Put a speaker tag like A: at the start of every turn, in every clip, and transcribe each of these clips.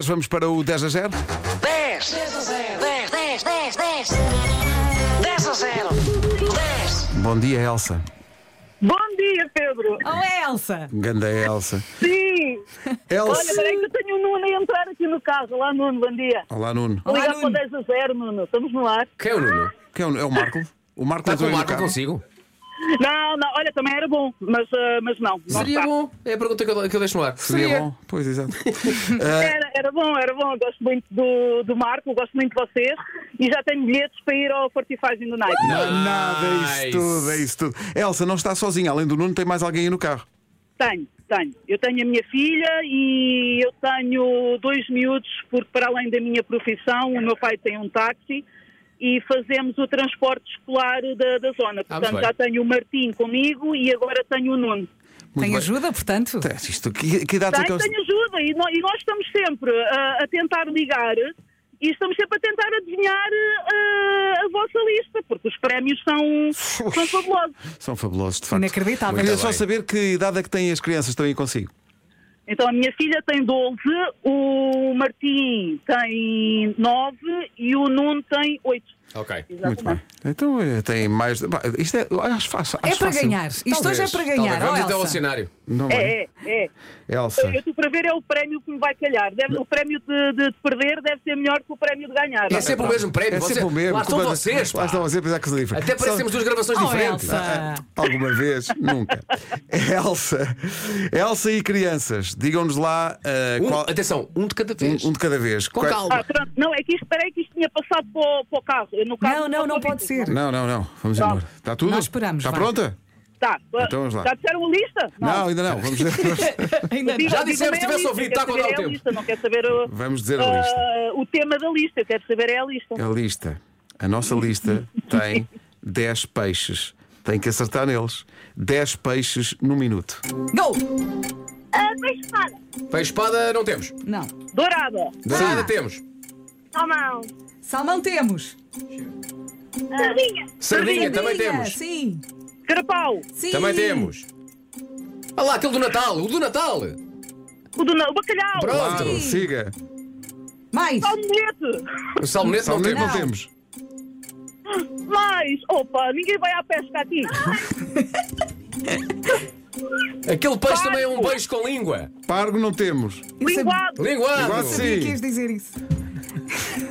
A: Vamos para o 10 a 0.
B: 10 10 10 10 10 10 10 10 a 0 10
A: Bom dia, Elsa.
C: Bom dia, Pedro.
D: Ou é Elsa?
A: Ganda Elsa.
C: Sim. Olha,
A: Elsa.
C: peraí que eu tenho o Nuno a entrar aqui no carro. Olá, Nuno, bom dia.
A: Olá, Nuno.
D: Olá,
C: Ligar
D: Nuno.
C: para 10 a 0, Nuno. Estamos no ar.
E: Quem é o Nuno?
A: Quem é o, é o Marco? O Marco
E: Está
A: entrou aí no
E: com o Marco
A: carro.
E: consigo?
C: Não, não, olha, também era bom, mas, ah, mas não. não
E: Seria
C: está.
E: bom. É a pergunta que eu, que eu deixo no ar.
A: Seria bom? Pois, exato. Ah,
C: Era, era bom, era bom. Eu Gosto muito do, do Marco, gosto muito de vocês e já tenho bilhetes para ir ao Fortifagem do Night.
A: nada, é isso
E: Nice.
A: tudo, é isso tudo. Elsa não está sozinha. Além do Nuno, tem mais alguém aí no carro.
C: Tenho, tenho. Eu tenho a minha filha e eu tenho dois miúdos, porque para além da minha profissão, o meu pai tem um táxi e fazemos o transporte escolar da, da zona.
A: Ah,
C: Portanto,
E: bem.
C: já tenho o Martim comigo e agora tenho o Nuno.
A: Muito
D: Tem
A: bem.
D: ajuda, portanto?
A: É, Isto, que, que idade é que
C: Tenho,
A: eles...
C: tenho ajuda e nó- e nós, estamos sempre ah, a tentar ligar e estamos sempre a tentar adivinhar ah, a vossa lista, porque os prémios são, são fabulosos.
A: São fabulosos, de facto.
D: Inacreditável.
A: Queria
D: Muito
A: só
E: bem.
A: saber que idade é que têm as crianças também consigo.
C: Então a minha filha tem 12, o Martim tem 9 e o Nuno tem 8.
E: Ok.
A: Muito bem. Então eh, têm mais. Bah, Isto é. eu Acho fácil.
D: É
A: acho
D: para
A: fácil.
D: ganhar. Isto hoje é para ganhar.
E: Talvez. Vamos então
D: Ó,
E: até ao
D: Elsa.
E: cenário.
A: Não é?
C: É, é, é.
A: Elsa.
C: Eu estou para ver é o prémio que me vai calhar. Deve- o prémio de, de perder deve ser melhor que o prémio de ganhar.
E: É sempre o mesmo prémio.
A: É
E: Você-
A: sempre o mesmo.
E: Lá estão
A: Mas-
E: vocês, pá.
A: Lá estão vocês, mas há coisa diferente.
E: Até parecemos duas gravações
D: Oh,
E: diferentes.
D: Elsa.
A: Ah, Alguma vez? Nunca. Elsa. Elsa e crianças, digam-nos lá ah,
E: Um-
A: qual-
E: Atenção, um de cada vez.
A: um, um de cada vez.
E: Com
A: Qual-
C: Ah,
E: calma.
C: pronto. Não, é que isto, peraí, que isto tinha passado para o, para o carro. Eu, no carro
D: Não, não, não
C: estou a
D: pode
C: ouvir.
D: ser.
A: Não, não, não. Vamos
C: Não.
A: embora. Está tudo?
D: Nós esperamos,
A: Está
D: vá.
A: pronta?
C: Tá,
A: Então vamos lá.
C: Já disseram a lista?
A: Não, ainda não. Vamos dizer,
D: Ainda não.
C: Diga-
E: Já
C: diga-me
E: dissemos,
C: a
E: tivesse
C: lista,
E: ouvido,
A: tá
C: quero
E: está a
C: saber
E: contar o
C: é
E: tempo.
C: lista, não quero saber o,
A: Vamos dizer a
C: ah,
A: lista.
C: o tema da lista, eu quero saber é a lista.
A: a lista. A nossa lista tem 10 peixes. Tem que acertar neles. 10 peixes no minuto.
D: Gol!
F: Ah, peixe espada,
E: Peixe espada não temos.
D: Não.
C: Dourada.
E: Dourada temos.
F: salmão,
D: Salmão temos.
F: sardinha,
E: Sardinha também temos.
D: Sim,
C: Carapau.
D: sim.
E: Também temos. Ah lá, aquele do Natal. O do Natal.
C: O, do, o bacalhau.
E: Pronto.
A: Claro, siga.
D: Mais.
C: Salmonete.
E: O salmonete não
A: Salve,
E: temos.
A: um não temos.
C: Mas, opa, ninguém vai à pesca aqui.
E: Aquele peixe também é um beijo com língua.
A: Pargo não temos.
D: Eu sabia-
C: Linguado.
A: Igual
E: Linguado.
A: sim.
D: sabia que ias dizer isso.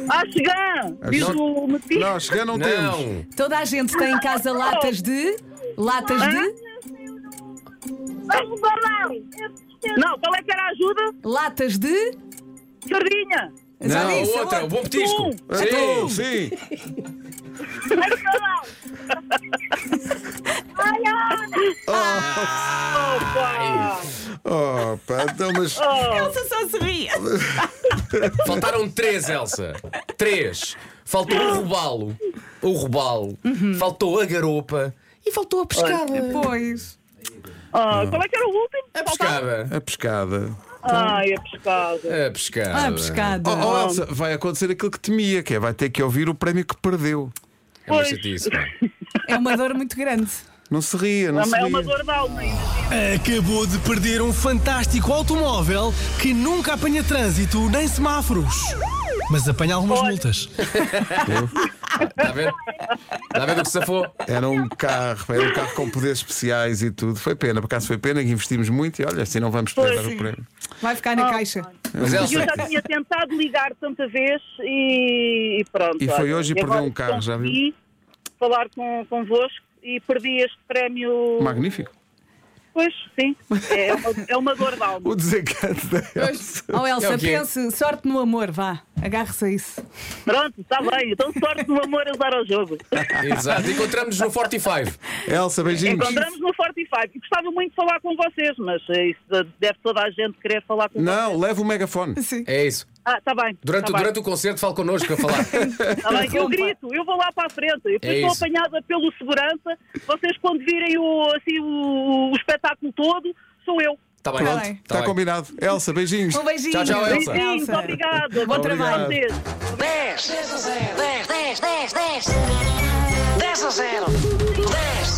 C: Axigã. Diz o Metiche.
A: É Não, chegar não, temos.
E: Não.
D: Toda a gente tem em casa latas de. Latas de.
F: peixe balão,
C: Não, qual é que era a ajuda?
D: Latas de.
C: Sardinha.
D: Já
A: Não,
D: disse.
E: Outra, é o
D: outra.
E: bom petisco.
C: Atum.
A: Atum,
E: Sim.
A: sim.
F: peixe balão, olha,
C: Opa.
A: Oh, pá, então, mas.
D: Elsa só se ria.
E: Faltaram três, Elsa. Três. Faltou o robalo. O robalo. Faltou a garopa. E faltou a pescada.
D: Pois.
C: Ah, qual é que era o último?
E: A pescada.
A: A é pescada.
C: Ai, é a pescada.
E: A pescada.
D: Ah, pescada.
A: Oh, oh, Elsa, vai acontecer aquilo que temia, que é vai ter que ouvir o prémio que perdeu.
E: É uma
C: Pois.
E: chatice, pá. oh.
D: É uma dor muito grande.
A: Não se ria, não se
C: É uma
A: ria.
C: dor de alma ainda.
G: Acabou de perder um fantástico automóvel que nunca apanha trânsito nem semáforos. Mas apanha algumas multas.
E: Está Tá a ver? Está a ver do que safou?
A: Era um carro, era um carro com poderes especiais e tudo. Foi pena, por acaso foi pena que investimos muito e olha, assim não vamos perder o prémio.
D: Vai ficar na caixa.
E: Mas
C: E eu
E: Elsa,
C: já tinha tentado ligar tanta vez e, e pronto.
A: E foi
C: olha.
A: hoje e perdeu
C: agora
A: um carro, já viu?
C: consegui falar com, convosco e perdi este prémio.
A: Magnífico.
C: Pois, sim. É uma, é uma dor de alma.
A: O desencanto da Elsa.
D: Oh, Elsa,
E: É o quê?
D: pense, sorte no amor, vá. Agarre-se a isso.
C: Pronto, está bem. Então, sorte no amor a dar ao jogo.
E: exato. Encontramos-nos no 45.
A: Elsa, beijinhos.
C: Encontramos no Fortify. Gostava muito de falar com vocês, mas eh, isso deve toda a gente querer falar com vocês.
A: Não, leva o megafone.
D: Sim.
E: É isso.
C: Ah, está bem.
E: Durante,
C: tá
E: durante o concerto, fale connosco a falar.
C: bem, tá bem. Eu grito, eu vou lá para a frente. Eu depois
E: É
C: estou
E: isso.
C: apanhada pelo segurança. Vocês, quando virem o, assim, o, o espetáculo todo, sou eu.
E: Está bem.
D: Pronto,
E: Tá
A: Está
E: bem.
A: combinado. Elsa, beijinhos.
D: Um beijinho.
E: Tchau, tchau, Elsa.
C: Beijinhos, obrigada.
D: Bom trabalho.
C: vocês.
B: 10 10 10 10 10 10 a 0 10